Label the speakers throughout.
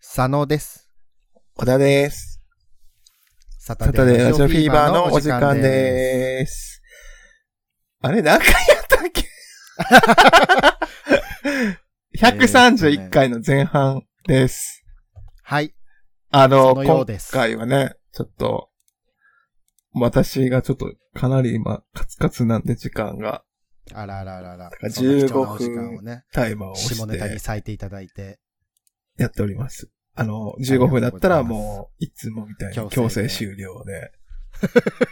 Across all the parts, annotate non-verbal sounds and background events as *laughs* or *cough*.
Speaker 1: 佐野です。
Speaker 2: 小田です。
Speaker 1: サ
Speaker 2: サタデーラジオフィーバーのお時間でーす。あれ、何回やったっけ
Speaker 1: *laughs*
Speaker 2: ?131 回の前半です。
Speaker 1: す。はい。
Speaker 2: あの、
Speaker 1: そのよう
Speaker 2: 今
Speaker 1: です
Speaker 2: 回はね、ちょっと、私がちょっとかなり今、カツカツなんで時間が、
Speaker 1: あらあらあらあら。
Speaker 2: ら
Speaker 1: そんな貴重な
Speaker 2: 15
Speaker 1: お時間をね、
Speaker 2: タイマーを押
Speaker 1: 下ネタに
Speaker 2: して
Speaker 1: 咲いていただいて、
Speaker 2: やっております。あの、15分だったらもう、いつもみたいに強
Speaker 1: 強制
Speaker 2: 制
Speaker 1: で
Speaker 2: 終了で。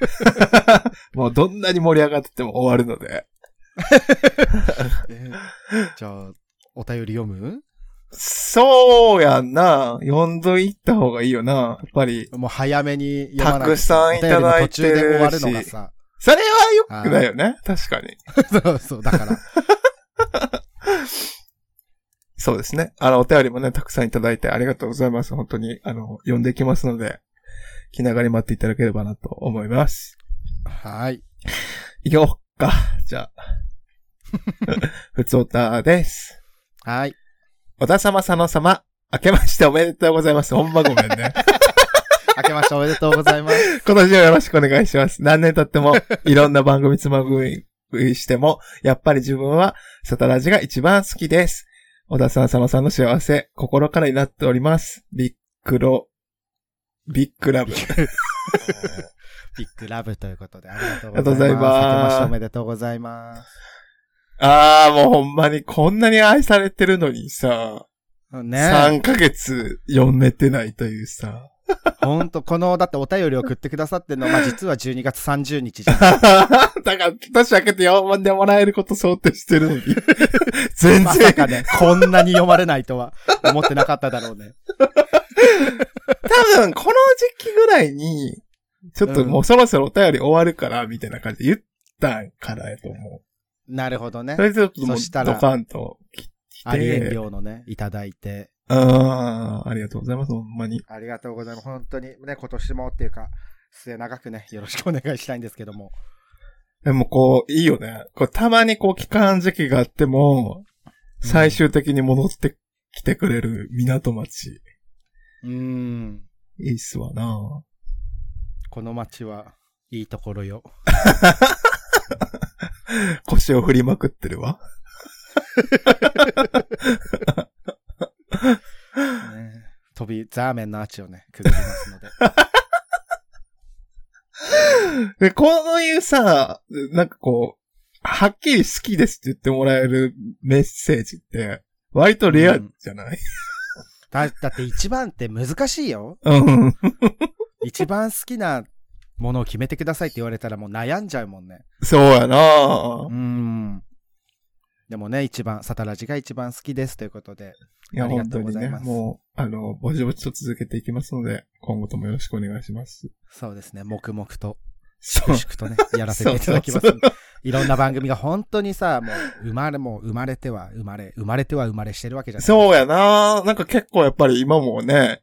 Speaker 2: *laughs* もうどんなに盛り上がってても終わるので。
Speaker 1: えじゃあ、お便り読む
Speaker 2: そうやんな。呼んどいった方がいいよな。やっぱり。
Speaker 1: もう早めに読まないと
Speaker 2: たくさんいただい
Speaker 1: お
Speaker 2: てるし
Speaker 1: 便りの途中で終わるのがさ。 *laughs*
Speaker 2: それはよくだよね。確かに。
Speaker 1: そうそう、だから。
Speaker 2: そうですね。あの、お便りもね、たくさんいただいてありがとうございます。本当に、あの、呼んでいきますので、気長に待っていただければなと思います。
Speaker 1: はい。
Speaker 2: いよっか。じゃあ。 *laughs* ふつおたです。
Speaker 1: はい。
Speaker 2: 小田様、佐野様、明けましておめでとうございます。ほんまごめんね。
Speaker 1: 明けましておめでとうござい
Speaker 2: *laughs*
Speaker 1: ます。
Speaker 2: 今年もよろしくお願いします。何年経っても、いろんな番組つまぐいしても、やっぱり自分は、サタラジが一番好きです。小田さん、様さんの幸せ、心からになっております。ビックロ、ビックラブ。
Speaker 1: ビッグラブということで、ありがとう
Speaker 2: ありがとう
Speaker 1: ご
Speaker 2: ござ
Speaker 1: ざい
Speaker 2: います
Speaker 1: ます。明けましておめでとうございます。
Speaker 2: あー、もうほんまにこんなに愛されてるのにさ、
Speaker 1: ね
Speaker 2: 3ヶ月読めてないというさ。
Speaker 1: ほんと、この、だってお便りを送ってくださってるの、まあ、実は12月30日じゃん。
Speaker 2: *laughs* だから、年明けて読んでもらえること想定してるのに。 *laughs* 全
Speaker 1: ま
Speaker 2: 然
Speaker 1: さかね、こんなに読まれないとは思ってなかっただろうね。
Speaker 2: 多分、この時期ぐらいに、ちょっともうそろそろお便り終わるから、みたいな感じで言ったんからやと思
Speaker 1: なるほどね
Speaker 2: う。そ。れちょっともう、
Speaker 1: そしたら
Speaker 2: ドカンと来
Speaker 1: ありえん
Speaker 2: て。
Speaker 1: 量のね、いただいて。
Speaker 2: ああ、ありがとうございます、ほんまに。
Speaker 1: ありがとうございます。本当にね、今年もっていうか、末長くね、よろしくお願いしたいんですけども。
Speaker 2: でもこう、いいよね。こう、たまにこう、期間時期があっても、最終的に戻ってきてくれる港町。
Speaker 1: うん。
Speaker 2: いいっすわな
Speaker 1: この街はいいところよ。
Speaker 2: 腰を振りまくってるわ。
Speaker 1: ね、飛び、ザーメンのアーチをね、くぐります *laughs* ので。
Speaker 2: で、こういうさ、なんかこう、はっきり好きですって言ってもらえるメッセージって、割とレアじゃない、
Speaker 1: だだって一番って難しいよ。
Speaker 2: うん、
Speaker 1: 一番好きなものを決めてくださいって言われたらもう悩んじゃうもんね。
Speaker 2: そうやな
Speaker 1: うん。でもね、一番、サタラジが一番好きですということで。
Speaker 2: いや、
Speaker 1: ありが
Speaker 2: 本
Speaker 1: と
Speaker 2: 当
Speaker 1: うご
Speaker 2: に
Speaker 1: ざ
Speaker 2: ね
Speaker 1: います、
Speaker 2: もう、あの、ぼちぼちと続けていきますので、今後ともよろしくお願いします。
Speaker 1: そうですね、黙々と、
Speaker 2: そう
Speaker 1: 粛。々とね、やらせていただきます
Speaker 2: *laughs* そうそ
Speaker 1: んで。いろんな番組が本当にさ、もう、生まれ、もう生まれては生まれ、生まれては生まれしてるわけじゃない。
Speaker 2: そうやななんか結構やっぱり今もね、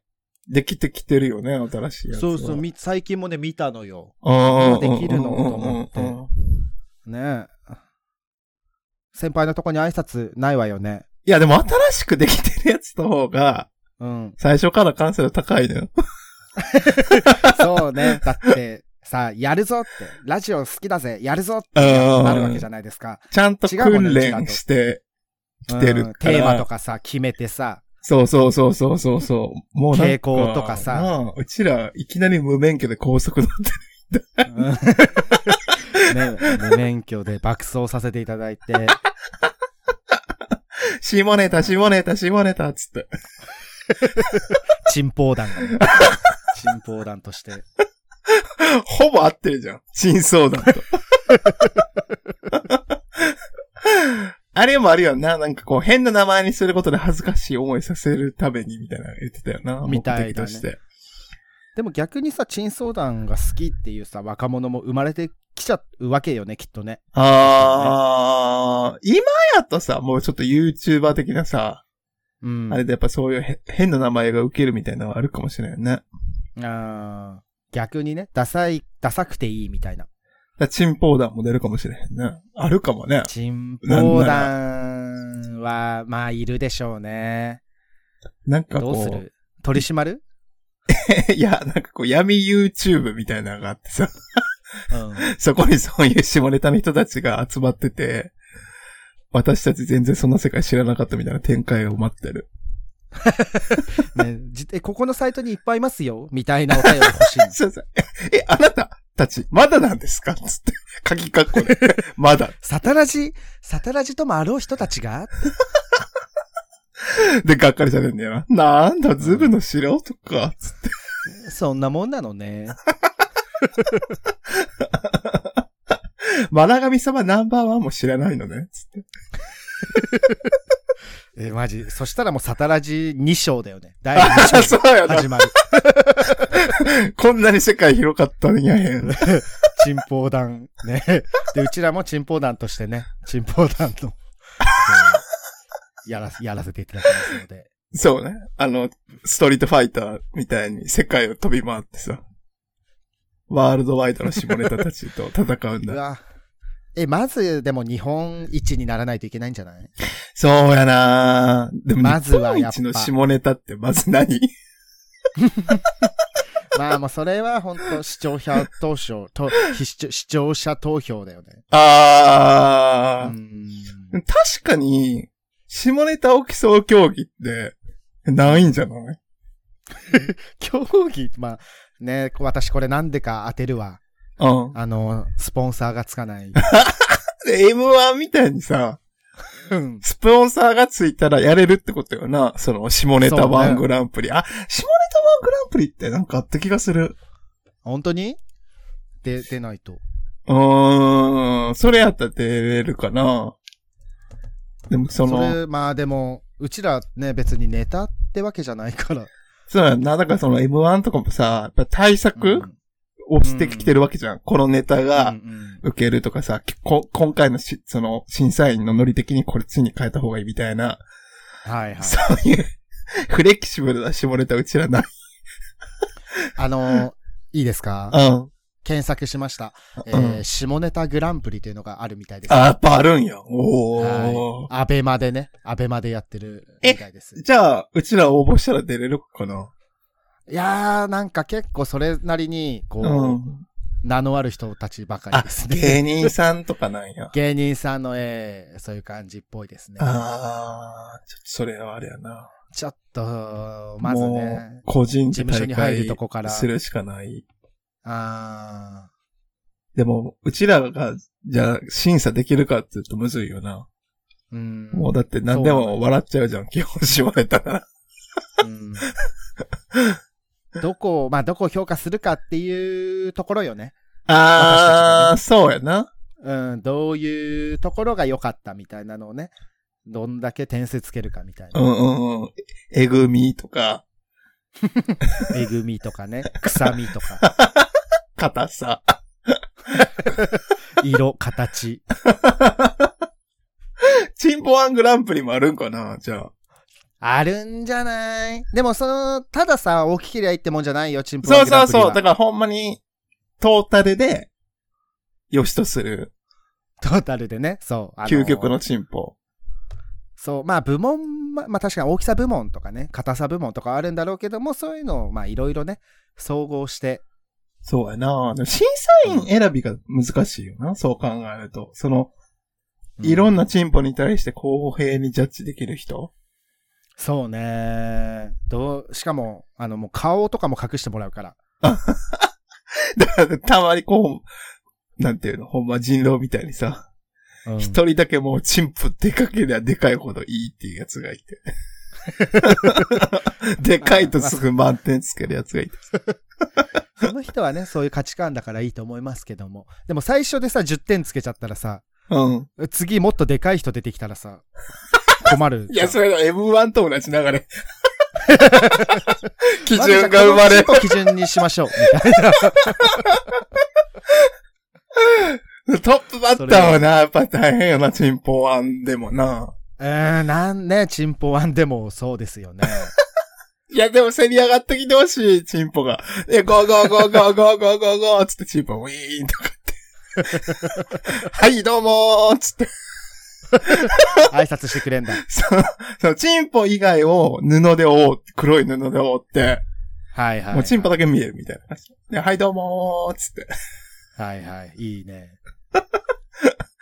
Speaker 2: できてきてるよね、新しいやつは。
Speaker 1: そうそう、み最近もね、見たのよ。
Speaker 2: うん。
Speaker 1: できるのと思って
Speaker 2: うんうんうんうん
Speaker 1: ねえ。先輩のとこに挨拶ないわよね。
Speaker 2: いや、でも新しくできてるやつの方が、
Speaker 1: うん。
Speaker 2: 最初から完成度高いのよ。
Speaker 1: そう
Speaker 2: *laughs*
Speaker 1: ね。だって、さ、やるぞって、ラジオ好きだぜ、やるぞってなるわけじゃないですか。
Speaker 2: ちゃんと訓練してきて
Speaker 1: う
Speaker 2: る
Speaker 1: ん
Speaker 2: から。
Speaker 1: テーマとかさ、決めてさ、
Speaker 2: そうそうそうそうそうそう。もうなんか
Speaker 1: 傾向とかさ
Speaker 2: なあうちら、いきなり無免許で高速乗って *laughs* る。
Speaker 1: ね、無免許で爆走させていただいて、
Speaker 2: 下ネタ、下ネタ、下ネタ、つって。
Speaker 1: 沈砲弾がね、 *laughs* 沈砲弾として。
Speaker 2: ほぼ合ってるじゃん。真相だと。 *laughs* あれもあるよな。なんかこう、変な名前にすることで恥ずかしい思いさせるために、みたいなの言ってたよな。
Speaker 1: みたいだね
Speaker 2: 目的として。
Speaker 1: でも逆にさ、沈相談が好きっていうさ、若者も生まれてきちゃうわけよね、きっとね。
Speaker 2: あー、今やとさ、もうちょっと YouTuber 的なさ、
Speaker 1: うん。
Speaker 2: あれでやっぱそういうへ変な名前が受けるみたいなのはあるかもしれないよね。だか
Speaker 1: あー逆にね、ダサい、ダサくていいみたいな。
Speaker 2: らチンポーダンも出るかもしれへんね。あるかもね。
Speaker 1: 沈砲弾は、まあ、いるでしょうね。
Speaker 2: なんか
Speaker 1: どう
Speaker 2: こ
Speaker 1: す
Speaker 2: う、
Speaker 1: る取り締まる
Speaker 2: *laughs* いや、なんかこう闇 YouTube みたいなのがあってさ、 *laughs*
Speaker 1: うん。
Speaker 2: そこにそういう下ネタの人たちが集まってて、私たち全然そんな世界知らなかったみたいな展開を待ってる。
Speaker 1: ね、じ *laughs* え、ここのサイトにいっぱいいますよ、みたいなお便り欲
Speaker 2: *laughs*
Speaker 1: しいんです
Speaker 2: そうそう。え、あなたたち、まだなんですかつって、鍵括弧で。 *laughs* まだ。
Speaker 1: サタラジ、サタラジともあろう人たちが、
Speaker 2: で、がっかりされるんだよな。なんだ、ズブの素人か。つって
Speaker 1: そんなもんなのね。
Speaker 2: マラガミ様ナンバーワンも知らないのね。つって。
Speaker 1: え、マジ。そしたらもうサタラジ2章だよね。第2 *laughs*
Speaker 2: あ、
Speaker 1: 章
Speaker 2: そうやな。
Speaker 1: 始まる。
Speaker 2: こんなに世界広かったんやへん。 *laughs*
Speaker 1: チンポウ団。ね。で、うちらもチンポウ団としてね、チンポウ団の、えーやら、やらせていただきますので。
Speaker 2: そうね。あの、ストリートファイターみたいに世界を飛び回ってさ、ワールドワイドの下ネタたちと戦う
Speaker 1: *laughs*
Speaker 2: ん
Speaker 1: う
Speaker 2: だ。
Speaker 1: わ。え、まず、でも日本一にならないといけないんじゃない
Speaker 2: そうやなでも、
Speaker 1: まずはやっぱ
Speaker 2: 日本一の下ネタってま
Speaker 1: *laughs*
Speaker 2: ず何
Speaker 1: まあもうそれは本当視聴者投票、と非視聴視聴者投票だよね。う
Speaker 2: あー、
Speaker 1: ん。
Speaker 2: 確かに、下ネタを競う競技って、ないんじゃない
Speaker 1: 競技、まあね、こう私これなんでか当てるわ。
Speaker 2: うん。
Speaker 1: あの、スポンサーがつかない。
Speaker 2: で M1 みたいにさ、
Speaker 1: うん。
Speaker 2: スポンサーがついたらやれるってことよな。その、下ネタワングランプリ。あ、下ネタワングランプリってなんかあった気がする。
Speaker 1: 本当にで、出ないと。
Speaker 2: うーん、それやったら出れるかな。でもそ
Speaker 1: そ
Speaker 2: の、そう
Speaker 1: れ、まあでも、うちらね、別にネタってわけじゃないから。
Speaker 2: やんな、だからその M1 とかもさ、やっぱ対策をしてきてるわけじゃん。このネタ
Speaker 1: う
Speaker 2: が
Speaker 1: んうん
Speaker 2: 受けるとかさ、こ今回のしその審査員のノリ的にこれついに変えた方がいいみたいな、
Speaker 1: はいはい。
Speaker 2: そういうフレキシブルな下ネタうちらない。
Speaker 1: あの、いいですか
Speaker 2: うん。
Speaker 1: 検索しました。え
Speaker 2: う
Speaker 1: ー
Speaker 2: ん
Speaker 1: 下ネタグランプリというのがあるみたいです。
Speaker 2: あ、やっぱあるんや。お
Speaker 1: は
Speaker 2: ー。
Speaker 1: い。アベマでね、アベマでやってるみたいです。
Speaker 2: じゃあ、うちら応募したら出れるかない
Speaker 1: やー、なんか結構それなりに、こう、
Speaker 2: うん。
Speaker 1: 名のある人たちばかり
Speaker 2: あ
Speaker 1: です、ね。
Speaker 2: 芸人さんとかなんや。
Speaker 1: 芸人さんの、えーそういう感じっぽいですね。
Speaker 2: あー、ちょっとそれはあれやな。
Speaker 1: ちょっと、まず
Speaker 2: も
Speaker 1: ね
Speaker 2: う、、個人
Speaker 1: 事
Speaker 2: で
Speaker 1: 務所に
Speaker 2: 大
Speaker 1: 入
Speaker 2: 会
Speaker 1: るとこから。
Speaker 2: するしかない。
Speaker 1: あ
Speaker 2: でも、うちらが、じゃあ、審査できるかって言うとむずいよな。
Speaker 1: ーうん。
Speaker 2: もうだって何でも笑っちゃうじゃん、基本絞れたら。
Speaker 1: うんどこを、まあ、どこを評価するかっていうところよね。
Speaker 2: あー、そうやな。
Speaker 1: うん、どういうところが良かったみたいなのをね、どんだけ点数つけるかみたいうな。
Speaker 2: んうんうん。えぐみとか、
Speaker 1: えぐみとかね、臭みとか、
Speaker 2: 硬さ。
Speaker 1: 色、形。
Speaker 2: チンポワングランプリもあるんかなじゃあ。
Speaker 1: あるんじゃないでもその、たださ、大きけりゃいいってもんじゃないよ、チンプ
Speaker 2: そうそうそう。だ
Speaker 1: だ
Speaker 2: からほんまに、トータルで、良しとする、
Speaker 1: トータルでね、そう。あの
Speaker 2: 究極の。チンポ。
Speaker 1: そう、まあ部門、ままあ確かに大きさ部門とかね、硬さ部門とかあるんだろうけども、そういうのを、まあいろいろね、総合して。
Speaker 2: そうやなでも審査員選びが難しいよな、そう考えると。その、
Speaker 1: うん
Speaker 2: いろんなチンポに対して公平にジャッジできる人 *laughs*
Speaker 1: そうね。どう、しかも、あの、もう顔とかも隠してもらうから。
Speaker 2: だから、たまにこう、なんていうの、ほんま人狼みたいにさ、
Speaker 1: うん
Speaker 2: 一、人だけもうチンポでかけりゃでかいほどいいっていうやつがい
Speaker 1: *laughs*
Speaker 2: て。でかいとすぐ満点つけるやつがいて。
Speaker 1: その人はね、そういう価値観だからいいと思いますけども。でも最初でさ、10点つけちゃったらさ、
Speaker 2: うん。
Speaker 1: 次もっとでかい人出てきたらさ、困る。
Speaker 2: *laughs* いや、それは M1 と同じ流 *laughs* れ。基
Speaker 1: まずじゃあ
Speaker 2: 準が生まれ
Speaker 1: この基準にしましょう。
Speaker 2: *laughs*
Speaker 1: みたいな。
Speaker 2: る。トップバッターはな、やっぱ大変よな、チンポワンでもな。
Speaker 1: うーん、なんね、チンポワンでもそうですよね。
Speaker 2: いや、でも競り上がってきてほしい、チンポが。え、ゴーゴーゴーゴーゴーゴーゴーゴ *laughs* ーつってチンポウィーンとかって。はい、どうもーつって。
Speaker 1: 挨拶してくれんだ。
Speaker 2: その、その、チンポ以外を布で覆う、黒い布で覆って、
Speaker 1: はいはい。
Speaker 2: もうチンポだけ見えるみたいな感じ。で、はいどうもー、つって。
Speaker 1: はいはい。いい
Speaker 2: *laughs*
Speaker 1: ね。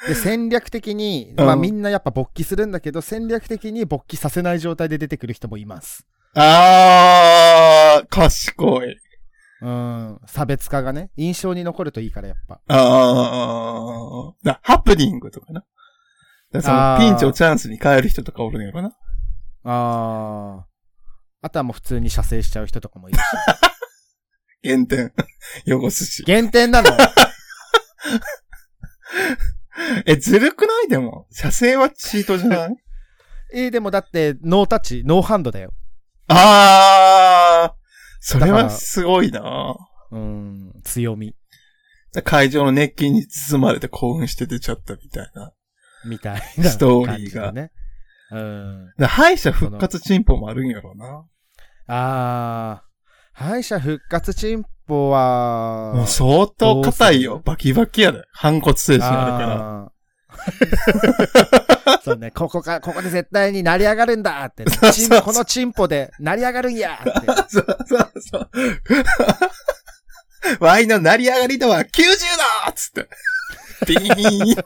Speaker 1: で、戦略的に、まあ
Speaker 2: うん
Speaker 1: みんなやっぱ勃起するんだけど、戦略的に勃起させない状態で出てくる人もいます。
Speaker 2: あー、賢い。
Speaker 1: うん。差別化がね、印象に残るといいからやっぱ。
Speaker 2: あー、だハプニングとかな。だ
Speaker 1: あ
Speaker 2: その
Speaker 1: ー
Speaker 2: ピンチをチャンスに変える人とかおるのやろな。
Speaker 1: ああ。あとはもう普通に射精しちゃう人とかもいるし。 *laughs*
Speaker 2: 原点。 *laughs* 汚すし。
Speaker 1: 減点なの
Speaker 2: え、ずるくないでも。射精はチートじゃ
Speaker 1: *laughs*
Speaker 2: ない
Speaker 1: えー、でもだって、ノータッチ、ノーハンドだよ。
Speaker 2: あー、そ
Speaker 1: だ
Speaker 2: れ
Speaker 1: か
Speaker 2: は
Speaker 1: ら
Speaker 2: すごいな
Speaker 1: うん。強み。
Speaker 2: 会場の熱気に包まれて興奮して出ちゃったみたいな。
Speaker 1: みたいな。
Speaker 2: ストーリーが
Speaker 1: ね。うん。
Speaker 2: だ敗者復活チンポもあるんやろうな。
Speaker 1: ああ。敗者復活チンポは、
Speaker 2: もう相当硬い
Speaker 1: どう
Speaker 2: よ
Speaker 1: す。る
Speaker 2: バキバキやで。反骨精神あるから。
Speaker 1: あー *laughs* そうね、ここか、ここで絶対に成り上がるんだって、ね
Speaker 2: *laughs* そう
Speaker 1: チン
Speaker 2: そう
Speaker 1: このチンポで成り上がるんやって。
Speaker 2: そうそうそう。ワイの成り上がり度は90だっつって。ピーン。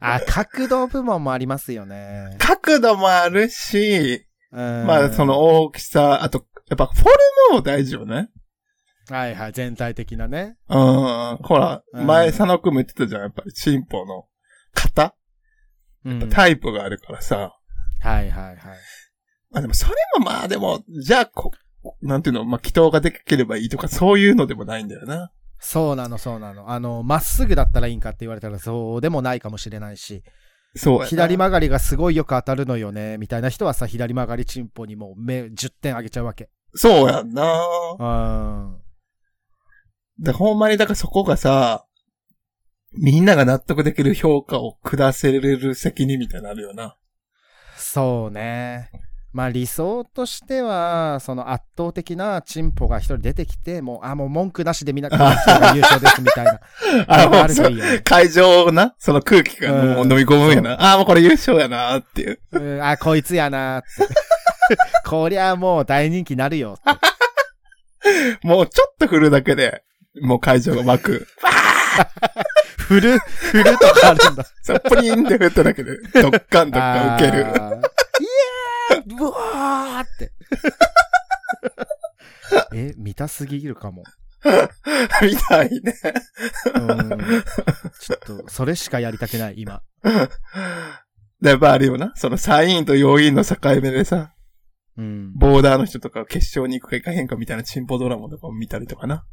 Speaker 1: あ、角度部門もありますよね。
Speaker 2: 角度もあるし、ま
Speaker 1: ま
Speaker 2: あそ、の大きさ、あと、やっぱフォルムも大事よね。
Speaker 1: はいはい、全体的なね。
Speaker 2: うん。ほら、
Speaker 1: うん
Speaker 2: 前佐野くんも言ってたじゃん。やっぱりチンポの型
Speaker 1: うん、はい
Speaker 2: タイプがあるからさ。
Speaker 1: はいはい。
Speaker 2: まあでもそれもまあでも、じゃあこ、なんていうの、まあ祈祷がでければいいとかそういうのでもないんだよな。
Speaker 1: そうなの、そうなの。あの、まっすぐだったらいいんかって言われたらそうでもないかもしれないし、
Speaker 2: そうやな。
Speaker 1: 左曲がりがすごいよく当たるのよね、みたいな人はさ、左曲がりチンポにもう目10点あげちゃうわけ。
Speaker 2: そうやんな。
Speaker 1: うん。
Speaker 2: で、ほんまにだからそこがさ、みんなが納得できる評価を下せれる責任みたいなのあるよな。
Speaker 1: そうね。まあ理想としては、その圧倒的なチンポが一人出てきて、もう、あ、もう文句なしでみんなこの人が優勝ですみたいな。
Speaker 2: *laughs* あ、
Speaker 1: あ
Speaker 2: も
Speaker 1: る
Speaker 2: う
Speaker 1: と
Speaker 2: そ
Speaker 1: いいよ
Speaker 2: う
Speaker 1: ね。
Speaker 2: 会場をな、その空気が
Speaker 1: うん
Speaker 2: もう飲み込むんやな。あ、もうこれ優勝やなっていう。
Speaker 1: うんあ、こいつやなーって。 *laughs* こりゃもう大人気なるよって。
Speaker 2: もうちょっと振るだけで、もう会場が湧く。
Speaker 1: 振る、振るとかあ
Speaker 2: *laughs*
Speaker 1: るんだ。
Speaker 2: そう、プリンって振っただ
Speaker 1: *laughs*
Speaker 2: けで、ドッカンドッカン
Speaker 1: あ
Speaker 2: 受
Speaker 1: ー
Speaker 2: ける。
Speaker 1: いやーうわー
Speaker 2: *laughs*
Speaker 1: って。え、見たすぎるかも。
Speaker 2: みたいね。
Speaker 1: うん。ちょっと、それしかやりたくない、今。
Speaker 2: で、やっぱあるよな。そのサインと要因の境目でさ、
Speaker 1: うん。
Speaker 2: ボーダーの人とか決勝に行くか行かへんかみたいなチンポドラマとかも見たりとかな。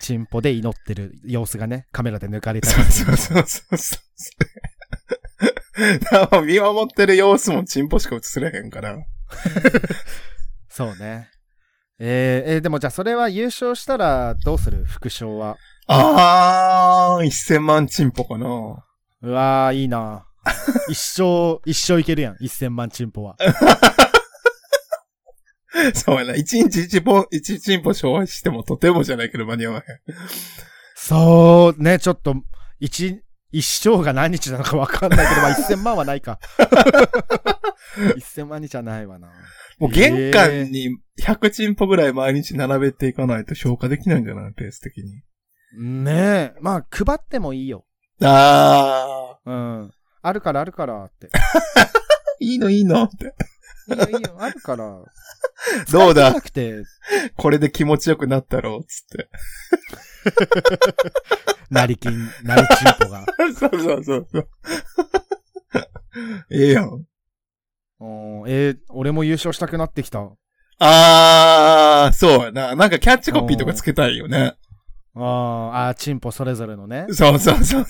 Speaker 1: チンポで祈ってる様子がね、カメラで抜かれた
Speaker 2: そ
Speaker 1: り
Speaker 2: うそうそうそうそう。だから見守ってる様子もチンポしか映せれへんから。
Speaker 1: そうね。えーえーでもじゃあそれは優勝したらどうする副賞は。
Speaker 2: あー、1000万チンポかな。
Speaker 1: うわー、いい
Speaker 2: *laughs*
Speaker 1: な一生、一生いけるやん。1000万チンポ
Speaker 2: *laughs*
Speaker 1: は。
Speaker 2: そうやな。1日1ポ、1チンポ消費してもとてもじゃないけど間に合わへん。
Speaker 1: そう、ね、ちょっと、一、一生が何日なのかわかんない
Speaker 2: *laughs*
Speaker 1: けど、まあ1000万はないか。1000万日はないわな。
Speaker 2: もう玄関に100チンポぐらい毎日並べていかないと消化できないんじゃないペース的に。
Speaker 1: ねえ。まあ、配ってもいいよ。
Speaker 2: あ
Speaker 1: うん。あるからあるからって。
Speaker 2: ー、いいのいいのって。
Speaker 1: いいよいいよ、あるから。
Speaker 2: *laughs* どう
Speaker 1: じゃ
Speaker 2: だ
Speaker 1: なくて、
Speaker 2: これで気持ちよくなったろうつって。
Speaker 1: なりきん、なりチンポが。
Speaker 2: そうそうそうそう。ええやん。
Speaker 1: *laughs* おーえー俺も優勝したくなってきた。
Speaker 2: あー、そうやな。なんかキャッチコピーとかつけたいよね。
Speaker 1: あーあー、チンポそれぞれのね。
Speaker 2: そうそうそうそう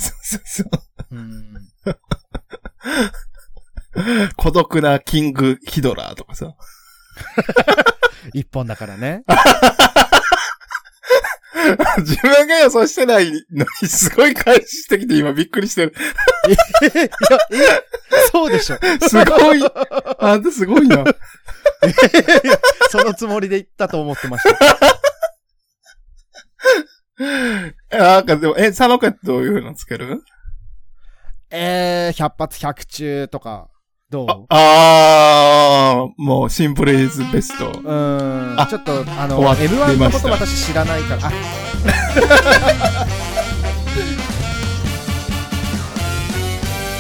Speaker 2: そう。
Speaker 1: うん。
Speaker 2: 孤独なキングヒドラーとかさ。 *laughs*
Speaker 1: 一本だから *laughs* ね。
Speaker 2: 自分が予想してないのにすごい開始してきて今びっくりしてる。
Speaker 1: いや、えそうでしょ。
Speaker 2: すごい。あんたすご *laughs* いな。
Speaker 1: そのつもりで言ったと思ってました。
Speaker 2: なんかでも、え、佐野君どういうのつける
Speaker 1: えー、100発100中とか、どう
Speaker 2: あ、あー、もうシンプルイズベス
Speaker 1: う
Speaker 2: ト。
Speaker 1: ー
Speaker 2: あ
Speaker 1: ん、ちょっと、あの
Speaker 2: 終わ、ってま
Speaker 1: M1 の
Speaker 2: した
Speaker 1: こと私知らないから、あ、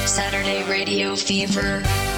Speaker 3: Saturday Radio Fever.